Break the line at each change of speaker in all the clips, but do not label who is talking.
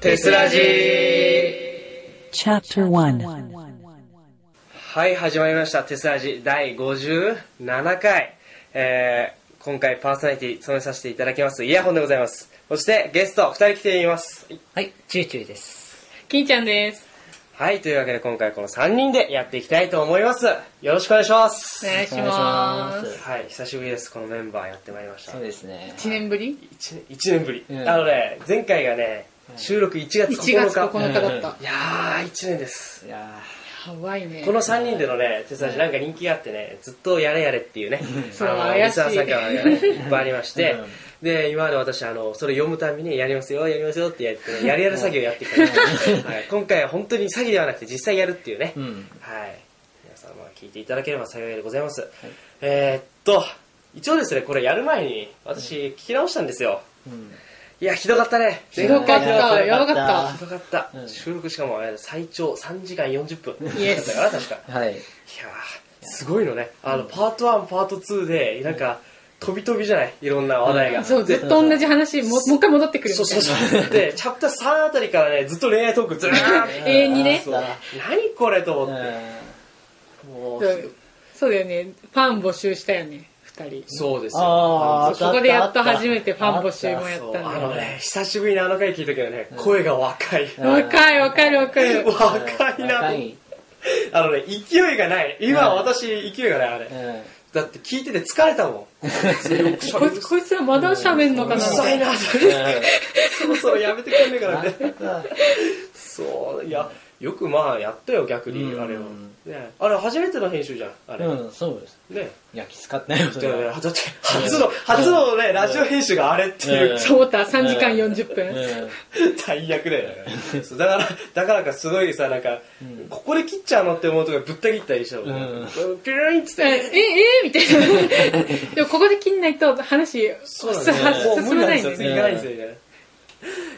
テスラジー
Chapter 1
はい、始まりました。テスラジ第57回。えー、今回パーソナリティ務めさせていただきます、イヤホンでございます。そして、ゲスト、二人来ています。
はい、チューチューです。
金ちゃんです。
はい、というわけで今回この3人でやっていきたいと思います。よろしくお願いします。
お願いします。
す。
はい、久しぶりです。このメンバーやってまいりました。
そうですね。
1年ぶり
1, 年ぶり、
うん
あのね、前回がね、収録1月
?1
9日。
月9日だった。
いやー、1年です。
いや
ハワイね
こ。の3人でのね、手伝いなんか人気があってね、ずっとやれやれっていうね、
そう
あの、
怪
リ
し
ス
い
ナーさんからがね、いっぱいありまして
うん、
で、今まで私、あの、それ読むたびに、やりますよ、やりますよってやってね、やるやる詐欺をやってきた、はい、今回は本当に詐欺ではなくて、実際やるっていうね、
ーうん。
はい。皆さん、まあ、聞いていただければ幸いでございます。えーっと、一応ですね、これやる前に、私、聞き直したんですよ。
うん。
いや、ひどかったね。
ひどかっ
前回
た、やばかっ
ひどかった。
うん
収録しかもあれ最長3時間40分。
イエ
だった
ス
かな、確か。
はい。
いやーすごいのね。あの、パート1、パート2で、なんか、飛び飛びじゃないいろんな話題が。
た。そう、ずっと同じ話、ももう一回戻ってくる
そう
みた
そう
いな。
そう。で、チャプター3あたりからね、ずっと恋愛トークずらーっ
永遠にね
と。。何これと
う
思って。
ん
も、
そううそうだよね。ファン募集したよね、2人。
そうですよ。
あーあった
ここでやっと
あった
初めてファン募集もやっ
そう
た
あ
ん
の
だ。
ね、久しぶりにあの回聞いたけどね、声が若い。
ん
若い、若い、若い。
若いな
若
と
い。
あのね、勢いがない。今、
うん
私、勢いがない、あ
う
れ。
ん。
だって聞いてて疲れたもん。
こいつ、こいつらまだ喋んのか
うる
な
さいな、そろそろやめてくんねえからね。 そう、いや、よくまあ、やったよ、逆に、
うん
あれを。ね、あれ、初めての編集じゃん、あれ。
うん、そうです。
ね。
いや、きつかったよ、そ
だ
れ
よね
は。
だって、初の、初のね、ラジオ編集があれっていう
う、ん
そうだ、3時間40
う
分。
ん。
最悪だよね。そうだから、だからかすごいさ、なんか、ここで切っちゃうのって思うとかぶった切ったりしちゃうもんね。ピューンっつっ
え、
て、
え、えみたい な。でもここで切んないと話、
そうなん
進
だね。もう無
進
理なん
まな
で
い
すよ。
ね。
次行かないんですよ、みたいな。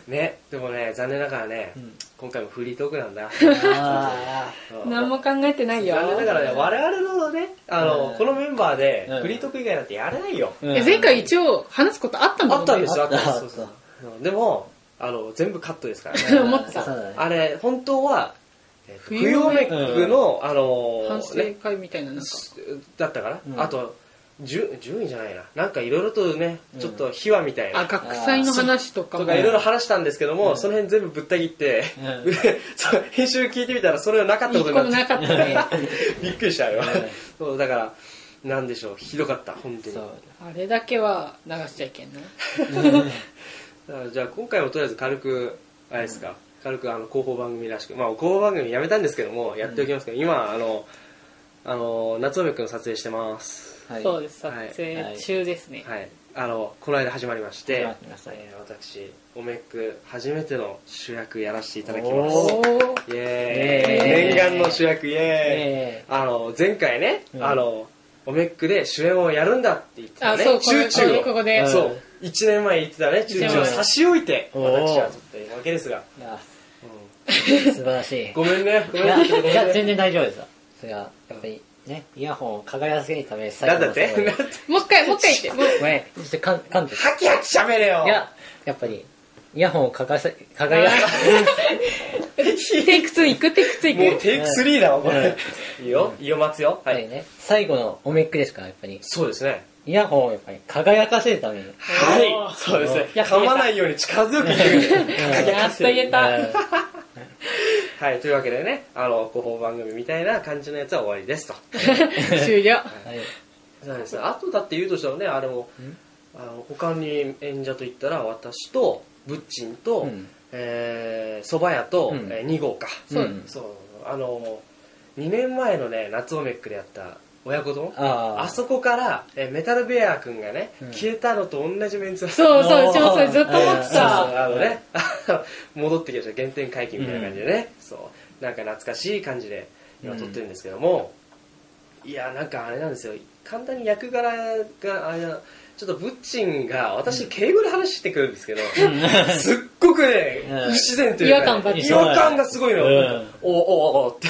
ね、でもね、残念ながらね、今回もフリートーク なんだ。
あ
そう
何も考えてないよ。
残念ながらね、我々のね、あの、
うん
このメンバーで
うん、
フリートーク以外なんてやれないよ。
ー
え前回、一応話すことあったんだもん
あったんですよ、
あった
んです
あっ
でも、あの、全部カットですからね。
うん
思ってた
そうだね
あれ、本当は、えっと
冬の
冬
ね
メックの、あの
反省
ね
会みたいな、なんか。
だったかな、
うん
あと 10, 10位じゃないななんかいろいろとね
うん
ちょっと秘話みたいな、
あ、学祭の話とか
と
も。
かいろいろ話したんですけど
う
も、
ん
その辺全部ぶった切って、
うん
そう編集聞いてみたらそれなかった
一
こ
個
とに
も
なっ
な
て
かっ たね。
びっくりしたよ、
ん
そうだからなんでしょうひどかった本当に
そう。
あれだけは流しちゃいけんな。
だからじゃあ今回もとりあえず軽くあれですか、軽くあの広報番組らしくまあ広報番組やめたんですけどもやっておきますけど、今あのあの夏梅くん撮影してます
はい。
そうです、撮
はい
影中ですね。
はいあのこの間始まりまし
で、
て、
待ってください。
えー私おめく初めての主役やらせていただきま
お
す
ー
イ
お
エーイ
イエーイ
念願の主役イエ
え
ーイあの前回ね、
うん
あのおめくで主演をやるんだって言ってた
あ、
ね
そう、こ
チューチュ
こ
ー
こ
を
こで
うん。
そう1年前言ってたねチューチューを
一年前
差し置いて
お
私
ー
は撮っているわけですが、
ーいや、
うん
素晴らしい。
ごめんねご
い
めんね
や、
ごめん
いや
ね
全然大丈夫ですよ。それは、やっぱり、ね、イヤホンを輝けるため、最
なん
後
だ
の
って
最後に
なんだって
もう一回、もう一回言って。も う
ごめん、ちょっとかん、噛んでた
ハキハキしゃべれよ
いや、やっぱり、イヤホンを輝かせ、輝 か
テイク2行く、テイク2
も
行
う
く。
テイク3だわこれ、いいよいいよ待つよ
せ、
はい、
はいね、最後のおめっくですから、やっぱり。
そうですね
イヤホンをやっぱり輝かせるために。
はい、そうですね。噛まないように力強く 言う。
やっと言えた。
うん
はい、というわけでね、あの、広報番組みたいな感じのやつは終わりですと。
終了。
はい
そうですね。あとだって言うとしたらね、あれも、あの他に演者と言ったら、私と、ぶっちんと、
うん
えー、蕎麦屋と、
うん
えー2号か。
そう
うん
そう、あの、2年前のね、夏オメックでやった親子丼。
あー
あそこから、えーメタルベアー君がね、
うん
消えたのと同じメンツだ
そうそ
お
う、
ー
うちもそれずっと思って
そうそう
え
た。
あのね、 戻ってきました原点回帰みたいな感じでね、そうなんか懐かしい感じで今撮ってるんですけども、いやなんかあれなんですよ簡単に役柄があれなちょっとブッチンが私敬語で話してくるんですけど、すっごくね、
うん
不自然というか、ね、
違和感ばっか
り
違和感がすごいの、
うん
おおおおって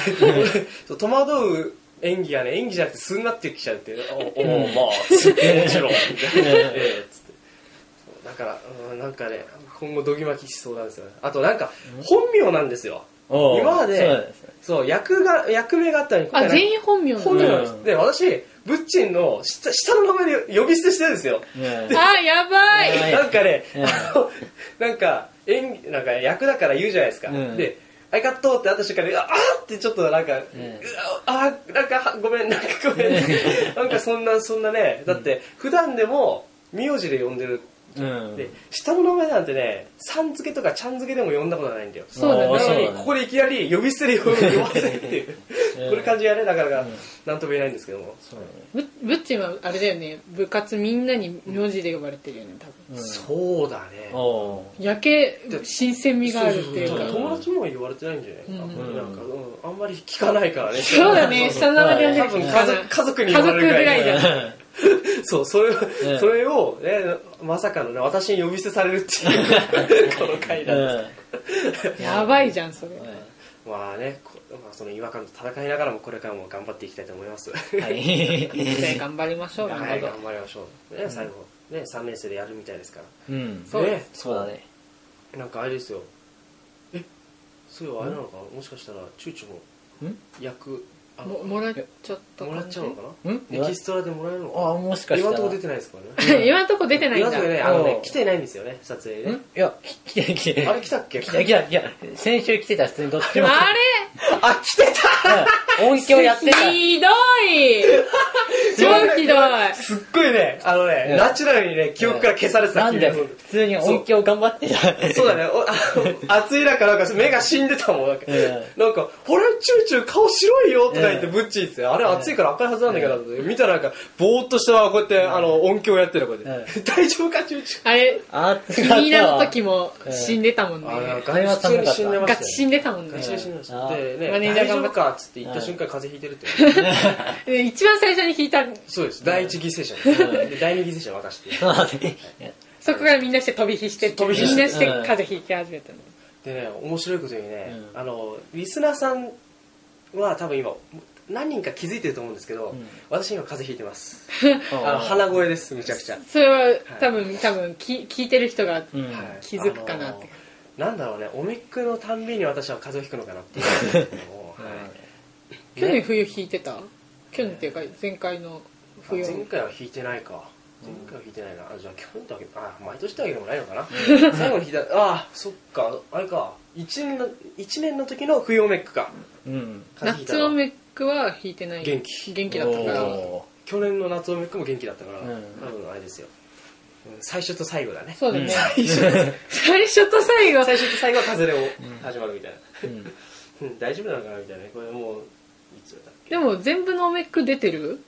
そう戸惑う演技がね演技じゃなくて 素になってきちゃうっていうねおおおまあつってもちろんみたいなええつってそうだだから、うん、なんかね、今後、どぎまきしそうなんですよね。あと、なんか、本名なんですよ。
おー
今まで
そうなんですね
そう、役が、役名があったのに、今
あ、
回
全員本名な
本
の
名
当
なんです。で、私、ブッチンの下下の名前で呼び捨てしてるんですよ。
ね
あ、やば。
はいい
なんかね、
うん
あのなんか演技なんか役だから言うじゃないですか、
うん
で「ありがとう」ってあった瞬間に「あーってちょっとなんか「うわあーなんかはごめんなんかごめん」 なんかそんなそんなねだって普段でも名字で呼んでる
うん
で下の名前なんてね「さん」付けとか「ちゃん」付けでも呼んだことないんだよ
そうだね
あー
な
そ
の
う
に
だね
ここでいきなり呼び捨てで呼ぶ呼ばせるっていう
うん
これ感じやねなかなか
ん
なんとも言えないんですけども、
そうだね
ぶぶっちんはあれだよね部活みんなに名字で呼ばれてるよね多分
う
そ
ん
うだね
おー
やけ新鮮味があるっていう
そそ
か
そ友達も言われてないんじゃない、
うん
あんまりなんか、うん、あんまり聞かないからね
そうだね下の名前で
多
呼んで
分
る
家族家族に言われるぐらい
家族ぐらいだ
そうそれを、
ん
それを、ね、まさかのね私に呼び捨てされるっていう この回なんです、
やばいじゃんそれ
まあねこまあ、その違和感と戦いながらもこれからも頑張っていきたいと思いますは
う んはい
で頑張りましょう
い
頑張ろ
頑張りましょう、ね、最後、ね、3年生でやるみたいですから
うん
そうで
ね
そうだね
なんかあれですよえそういえばあれなのかな、もしかしたらチューチュも
ん
役あ
うももらっちゃった
もらっちゃうのか
うん
なエキストラでもらえるのか
ああもしか
な
した
今の
ら
とこ出てないですからね
な今んとこ出てないん
今の
だ
とこねあのね
おう
来てないんですよね撮影ね
んいやき来て来て
あれ来たっけ
来た来た来た先週来てた普通にどっちも
あ
あ来てた
うん音響やってた
れひどい超ひどい
すっごいねあのね
うん
ナチュラルにね記憶から消されてた
なんだよ
君
普通に音響頑張ってた
そうだねおあの暑い中なんか目が死んでたもんなんか
う
なんか「ほれチューチュー顔白いよ」とか言って
うん
ブッチーってあれ暑いから赤いはずなんだけど見たらなんかぼーっとしたこうやってあの音響やってるこうやって大丈夫かチューチュー
あれ
あー
君
違ったわ
の時 も死んでたもんね
あれ
あれは
普通に死んでま
ガ
し
チ
たよ
死んでたもんね
ガチで死んでまし
あ
た。
ー
で、ね、
マネージャー
大
が
丈夫かっつって言った瞬間風邪ひいてるって。
で一番最初に聞いた
そうです。第一犠牲者。で、第二犠牲者私っていう。
そうだね
そこからみんなして飛び火して
飛び火
み
し
ん
て
なして風邪ひき始めたの
でね、面白いことにね、
うん
あの、リスナーさんは多分今、何人か気づいてると思うんですけど、
ん
私今風邪ひいてます。
うん
あの、鼻声です、めちゃくちゃ。
それは多分多分き聞いてる人が
うん
はい
気づくかなって
あのなんだろうね、おめっくのたんびに私は風邪をひくのかなっていうのをはい
去年冬弾いてた去年っていうか前回の
あ
冬
前回は引いてないか前回は引いてないな、あじゃあ去年だけあ毎年だけでもないのかな最後に引いたああそっかあれか1年の一年の時の冬オメックか
うん
風邪ひいた
夏
の
オメックは弾いてない
元気
元気だったから
お
去年の夏オメックも元気だったから、
うん
多分あれですようん最初と最後だね
そうだね、
最初と
最初と最後
最初と最後は風邪を始まるみたいな、
ーうん
うん、大丈夫なのかなみたいなねこれもういつだっけ
でも全部のオメック出てる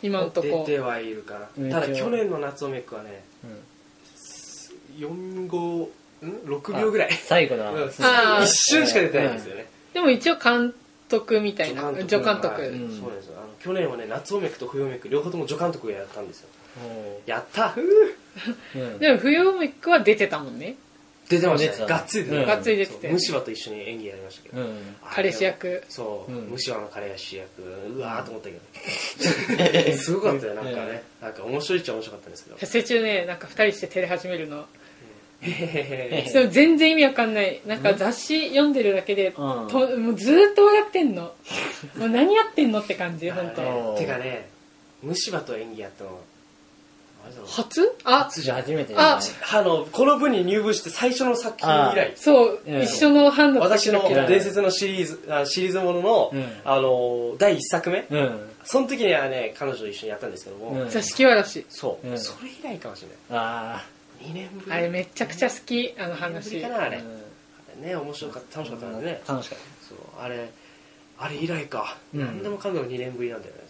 今のとこ
出てはいるか
うん
なただ
一応
去年の夏オメックはね
うん
45ん6秒ぐらい
あ最後だ
うん
あー
一瞬しか出てないんですよね、
でも一応監督みたいな助監督
はい
うん
そうなんですよあの去年はね夏オメクと冬オメク両方とも助監督をやったんですよ
お
やったふう
ーうん
でも冬オメックは出てたもんね
出てまし
出
た
てた
ねがっつり出て
うん
がっつり出て
そう
て
虫歯と一緒に演技やりましたけど、
うん
あれ
彼氏役
そう、
うん
虫歯の彼氏役うわーと思ったけど すごか ったよなんかねなんか面白いっちゃ面白かったんですけど
撮影中ねなんか二人して照れ始めるの
へへへへ
それ全然意味わかんないなんか雑誌読んでるだけで、
うん
ともうずーっと笑ってんのもう何やってんのって感じ本
あ
当
れてかね虫歯と演技やったのあれだろう
初あ
じゃあ初めて
あ
あのこの部に入部して最初の作品以来
そう、
うん
一緒の班の
私の
時だけ
伝説のシリーズあシリーズものの、
うん
あの第1作目、
うん
その時にはね彼女と一緒にやったんですけども、
うん
座敷わらし
そう、
うん
それ以来かもしれない
あ
2年ぶり
あれめちゃくちゃ好きあの
2年ぶりか
話
なあ
あ
れ、ね面白かった楽しかったからね、
楽しかっ
そうあれあれ以来か、
うん
何でもかんでも2年ぶりなんだよね、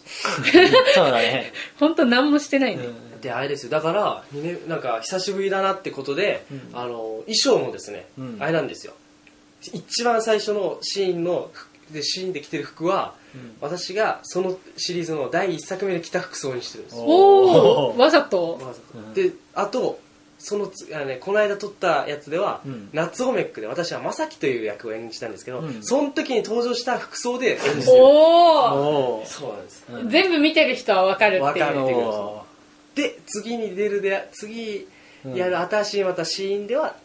たそうだね
本当何もしてないね、
であれですよだから二年なんか久しぶりだなってことで、
うん
あの衣装もですね、
うん
あれなんですよ一番最初のシーンのでシーンで着てる服は、
うん
私がそのシリーズの第1作目で着た服装にしてるんですよ
おお
おー
わざと
わざと
うん
であとそのつあの、ね、この間撮ったやつでは、
うん
夏オメックで私は正樹という役を演じたんですけど、
うん
その時に登場した服装で演じてる
おお
おー
そうなんです
うん
全部見てる人はわかるって
わか
い
る
う
っていう
おー
で次に出るで次
うん
やる新しいまたシーンでは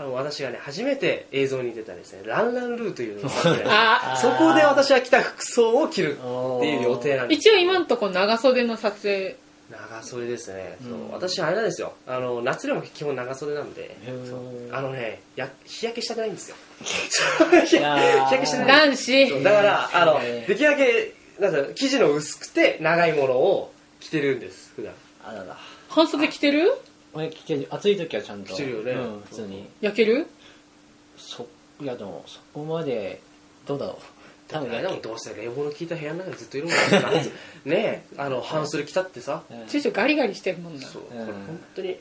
あの私がね初めて映像に出たですね「ランランルー」というのがあって
あ
そこで私は着た服装を着るっていう予定なんです
一応今んとこ長袖の撮影
長袖ですね、そう
うん
私あれなんですよあの夏でも基本長袖なんで
へー
そうあのねや日焼けしたくないんで すよ日
やー
焼けしたくない
男子
そうだからあの
えー
できるだけなんだろう生地の薄くて長いものを着てるんです普段
あらら
半袖着てる
俺着てる暑い時はちゃんと
着てるよね
うん、普通に
焼ける
そいやでもそこまでどうだろう多分
あれだもん
ね
どうせ冷房の効いた部屋の中でずっといるもんだ からねえあの半袖着たってさ
うん
ちょいちょいガリガリしてるもんな
そうこ
う
れ
ん
本当に2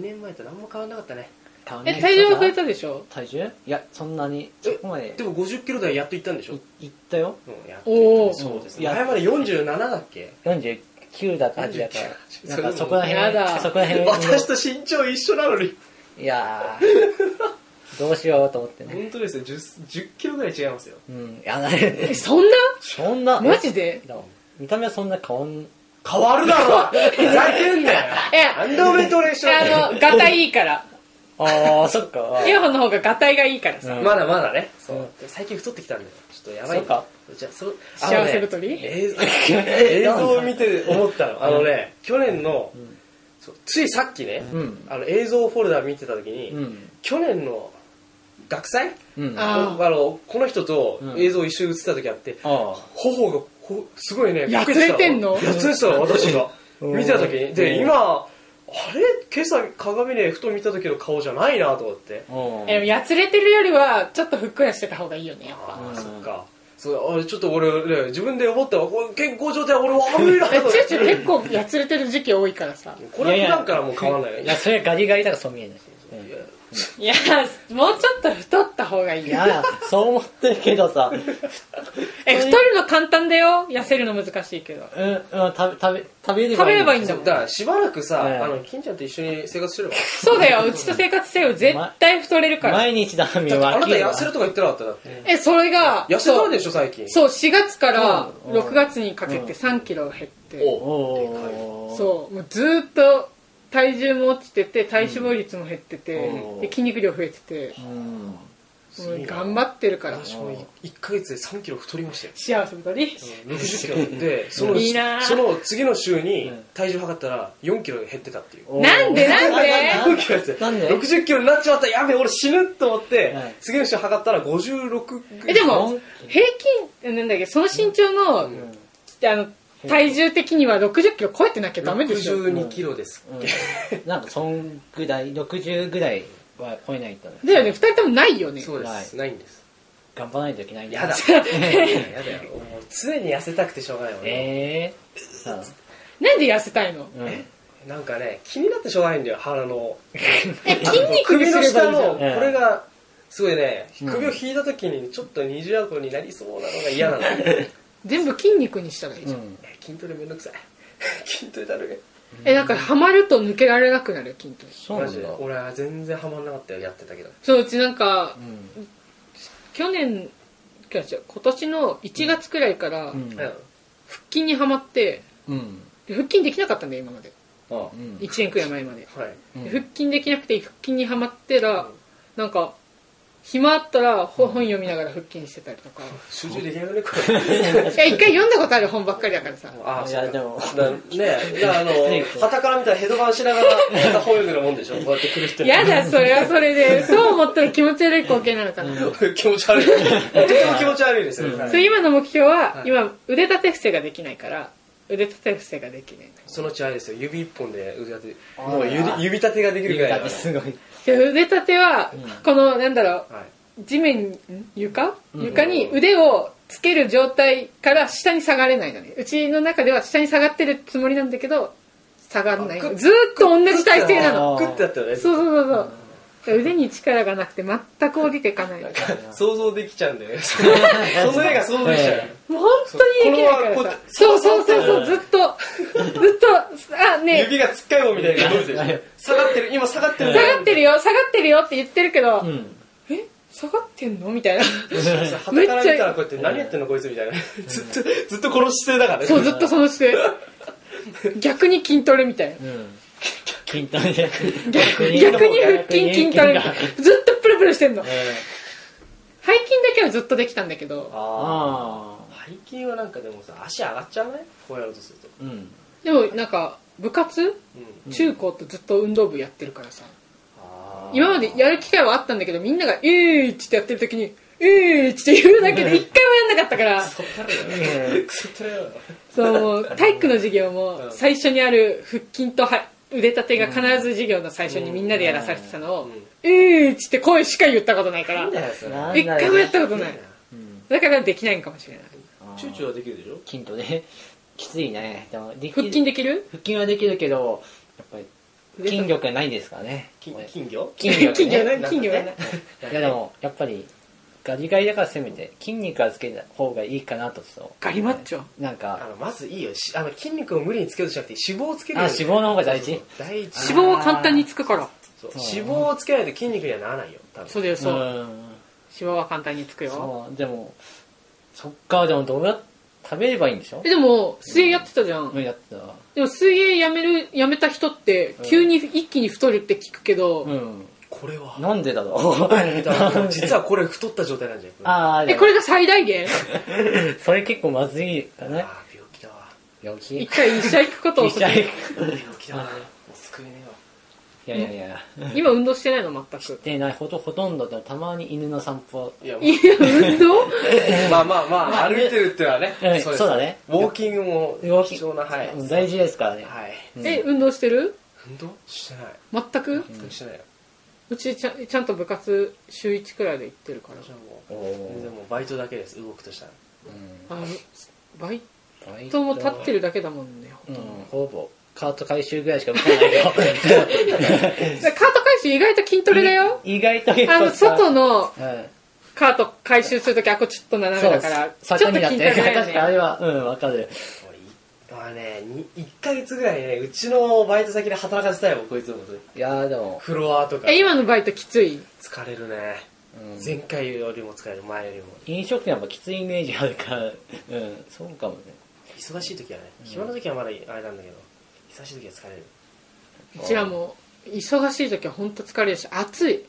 年前と何も変わらなかったね
変わんな
え
い
体重は増えたでしょ
体重いやそんなにそこまで
でも5 0キロ台やっと行ったんでしょ、
いいったよ
うん、やっと
おお
そうです
い
ね
や
前まで47だっけ
49だったんだか
49
らなんかそこら
やだ
辺そこら辺
私と身長一緒なのに
いやーどうしようと思ってね
本当ですよ 10, 10キロぐらい違いますよ
うんいやな
え そんな
そんな
マジで
でも見た目はそんな変わん
変わるだろふざけんなよ
え
なんでお弁当練習
あのガタイいいから
あ あそっか
イヤホンの方がガタイがいいからさ、
うん
まだまだね、そううん最近太ってきたんだよちょっとやばい
そうか
じゃあそあのね
幸せ太り
映像映像を見て思ったのあのね、去年の、
ん
そうついさっきね、
うん
あの映像フォルダ見てた時に、
うん
去年の学祭
うん
あー
こあのこの人と
うん
映像一緒に映ってた時あって、
あ
頬がほすごいね
やつれてんの
やつれてたの私が
うん
見てた時にで
うん
今あれ今朝鏡でふと見た時の顔じゃないなと思って
うん
えでもやつれてるよりはちょっとふっくらしてた方がいいよねやっぱ
あ
う
あ
ん
そっかそうあれちょっと俺ね自分で思ったわこれ健康状態俺悪いなと
え
思っ
チューチ
て
ュー結構やつれてる時期多いからさ
これは普段からもう変わらない
いやそれガリガリだからそう見えないうん
いや
いやもうちょっと太った方がいい
い
よ
やそう思ってるけどさ
え太るの簡単だよ痩せるの難しいけど
うんうん食べ食べ食べればいい
食べればいいんだ
そ
も
うんだからしばらくさ、
うん
あの金ちゃんと一緒に生活してれば
そうだようちと生活せよ絶対太れるから
毎日だみ
だって
は
あなた痩せるとか言ってなかっただって
えそれが
痩せたでしょ最近
そうそう4月から
うん
6月にかけ
うん
て3キロ減って
おでかい
おお
そうもうずーっと体重も落ちてて体脂肪率も減ってて、
うん
で筋肉量増えてて
う、うん
もう頑張ってるから
私も1ヶ月で3キロ太りましたよ
幸せ太り
60キロでその
いいなぁ
その次の週に体重測ったら4キロ減ってたっていう
なんでなん
4
で
キロって
なんで
60キロになっちまったやべえ俺死ぬと思って、
はい
次の週測ったら56
えで
う
も
ん
平均なんだっけその身長の,、あの体重的には6 0キロ超えてなきゃダメでしょ
62キロです、
うんなんかそんぐらい60ぐらいは超えないとね
だよね2人ともないよね
そうです、ないんです
頑張らないといけないん
やだやだよもう常に痩せたくてしょうがない俺、
ええ
なんで痩せたいの
うん
なんかね気になってしょうがないんだよ腹の
え筋肉
首
にす
の
ればい
下
いじゃ
の
ん
こ
ええ
れがすごいね
うん
首を引いた時にちょっと二重顎になりそうなのが嫌なの
全部筋肉にしたらいいじゃん、
うん
筋トレめんどくさい 筋トレだる
えなんかハマると抜けられなくなるよ筋トレ
そ
い
う
マ
なん
ジで
だ
俺は全然ハマんなかったよやってたけど
そううちなんか
うん
去年去年違う今年の1月くらいから
う
腹
ん
筋にはまって
うん
で腹筋できなかったんだよ今まで
あは
うん
1年くらい前まで
い
うん
で腹筋できなくて腹筋にはまってらなんか暇あったら本本読みながら腹筋してたりとか
集中できないよねこれ
いや一回読んだことある本ばっかりだからさ
ああ
い
そう
や
か
でも
だねえだからあの傍から見たらヘドバンしながらまた本読んでるもんでしょこうやって狂って る
やだそれはそれでそう思ったら気持ち悪い光景なのかな、
気持ち悪いとても気持ち悪いですね、
うん
はい
そう今の目標は、
はい
今腕立て伏せができないから腕立て伏せができない
そのうちあれですよ指一本で腕立て
あー
もう指指立てができるぐらいだ
だっ
か
て
ら
すごい
で腕立ては、このなんだろう
はい
地面にん床
うん
床に腕をつける状態から下に下がれないのねうちの中では下に下がってるつもりなんだけど下がんない
あく
ずーっと同じ体勢なの
あー
クッてやったよね
そうそうそうそう腕に力がなくて全く降りていかないもう
想像できちゃうんだよねその絵が想像できちゃう、
え
本当にでき
この
ないか
ままこ
らさ
う
そうそうそうそうずっとずっとあねえ
指がつっかえ棒みたいな感じでしょ
はい
下がってる今下がってる
下がってるよ下がってるよって言ってるけど、
うん
え下がってんのみたいな
はから見たらこうやって何やってんのこいつみたいなずっとずっとこの姿勢だからね
そうずっとその姿勢逆に筋トレみたいな
うん筋トレで。
逆に
逆に
腹筋筋トレ
逆
ずっとプルプルしてんの背
え
筋だけはずっとできたんだけど
あ
あ
あ背筋はなんかでもさ足上がっちゃうねこうやろうとすると
あ。うん。
でもなんか部活
うん
中高とずっと運動部やってるからさ
あー
今までやる機会はあったんだけどみんなが「えーっ!」ってやってる時に「えーっ!」って言うだけで一回もやんなかったから
クソったれだよクソったれだよ
そうもう体育の授業
う
も
ん
最初にある腹筋とは腕立てが必ず授業の最初にみんなでやらされてたのを
うん
「えーっ!」って声しか言ったことないか
な
ら
んだよそれ
な
一回もやったことない
うん。
だからできないんかもしれない
躊躇はできるでしょ
筋トレ、きついね。でも、でき
腹筋できる
腹筋はできるけど、やっぱり、筋力がないんですからね。
金金魚
筋力
金魚
ね。
ね金魚ね
いやでも、やっぱり、ガリガリだからせめて、筋肉はつけた方がいいかなと、そう。
ガリマッチョ
なん
あ
か、
のまずいいよしあの筋肉を無理につけるとじゃなくて脂肪をつける
あ脂肪の方が大事
そうそう大事
脂肪は簡単につくから
そう
そう
脂肪をつけないと筋肉にはならないよ多分
そうだよそう脂
ん。
肪は簡単につくよ
そう、でも、そっか、でもどうや、食べればいいんでしょ
えでも水泳やってたじゃん
うんやったら。
でも水泳やめるやめた人って急に一気に太るって聞くけど、
うん。
これは
なんでだろう。
実はこれ太った状態なんじゃない
ああ、
え
でも
これが最大限
それ結構まずいかね。
あー病気だわ
病気
一回医者行くことを
医者行
病気だわねもう救えねえわ
くいやいやいや。
今運動してないの全く
でないほとほとんどとたまに犬の散歩
いやもう
いや運動
まあまあまあ、歩いてるってのはね、
うん
です
そうだね
ウォーキングも
ウォーキ
貴
ング
重な、はい。
うん大事ですからね、
はい。
え運動してる
運動してない。
全く、
運動してないよ。
うちちゃんちゃんと部活週1くらいで行ってるから
私はも
お
う、全
お
然もうバイトだけです、動くとしたら。
あのバイ
バイ
トも立ってるだけだもんね、
うんほぼカート回収ぐらいしか動かないよ
カート回収意外と筋トレだよ
意外と結構
あの外の
うん
カート回収するときあこれちょっと斜めだからちょ
そう
っと
坂
筋
になっ
ト
て
レ
る
だよ
確かあ
ね
れはうんわかる
俺、いまあね、に1ヶ月ぐらいね、うちのバイト先で働かせたいもん、こいつのことで。
いやーでも、
フロアと か。
え今のバイトきつい
疲れるね。
うん
前回よりも疲れる、前よりも。
飲食店はやっぱきついイメージあるから うんそうかもね
忙しい時はね、暇な時はまだあれなんだけど、忙しい時は疲れる。
うちらも忙しい時は本当疲れるし暑い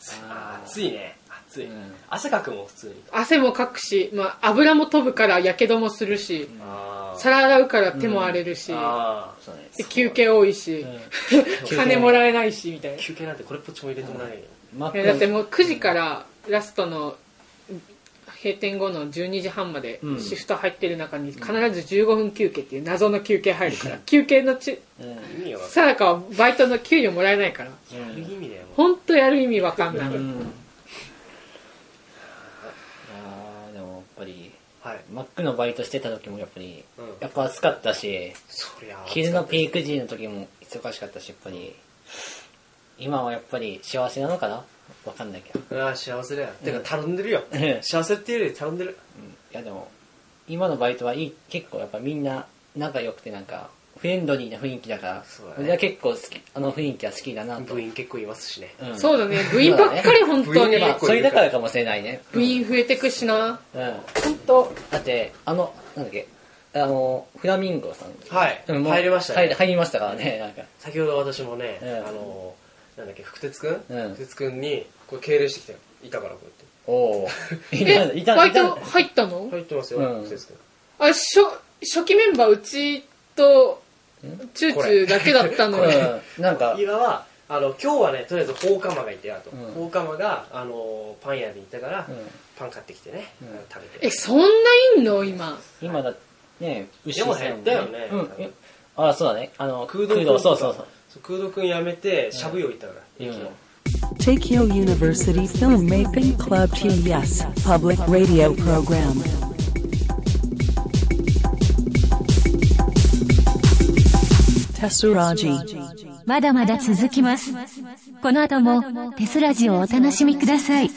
暑い
あー
暑いね。暑い
うん。
汗かくもん、普通に。
汗もかくし、まあ、油も飛ぶからやけどもするし
あ
皿洗うから手も荒れるし、
あ
そうね
で休憩多いし、
う ん
金もらえないしみたいな
ー。休憩なんてこれっぽっちも入れてもらえないよ。
マ
いやだってもう9時からラストの閉店後の12時半まで
うん
シフト入ってる中に必ず15分休憩っていう謎の休憩入る から休憩のち
うん
意味がわか
さらかはバイトの給料もらえないから
んない。意味だよ、も
本当やる意味わかんない、
うんあーでもやっぱり
う。はい。
マックのバイトしてた時もやっぱり、
うん
やっぱ暑かったし
そりゃあ。
昼のピーク時の時も忙しかったしやっぱり今はやっぱり幸せなのかなわかんないけ ど
ああ、幸せだよ。てか、頼んでるよ。幸せっていうより頼んでる。
いやでも今のバイトはいい結構やっぱみんな仲良くてなんかフレンドリーな雰囲気だから
そうだね
俺は結構好きあの雰囲気は好きだなと、
部員結構いますしね。
うん
そうだね部員ばっかり本当に
部員ばっか
それだからかもしれないね
部員増えてくしな
うん本当だってあのなんだっけあのフラミンゴさん
はい。
うんもう
入れました
入り
ね。
入りましたからねなんか
先ほど私もね、
うん
あの、なんだっけ、福哲くん
うん
福哲くんに、これ敬礼してきたよ。いたからこうやって。
おおいた
え
いた
バ
い
イト
た
入ったの
入ってますよ、
うん
福哲くん。
あ初初期メンバーうちとチューチューだけだったのに
うんなんか
今は、あの、今日はね、とりあえず放火魔がいて、あと。
う
放
ん
火魔が、あの、パン屋に行ったから
うん、
パン買ってきてね、
ん
あの食べ
え
て。
そんないんの今
今だね牛
でも減ったよね
うんえあそうだねあの
空洞くんとか
そうそうそう
そう空洞くん辞めて、しゃぶ用行ったから、
うん
駅の。
Tokyo University Filmmaking Club TES Public Radio Program. Tesuraji.
まだまだ続きます。この後もテスラジをお楽しみください。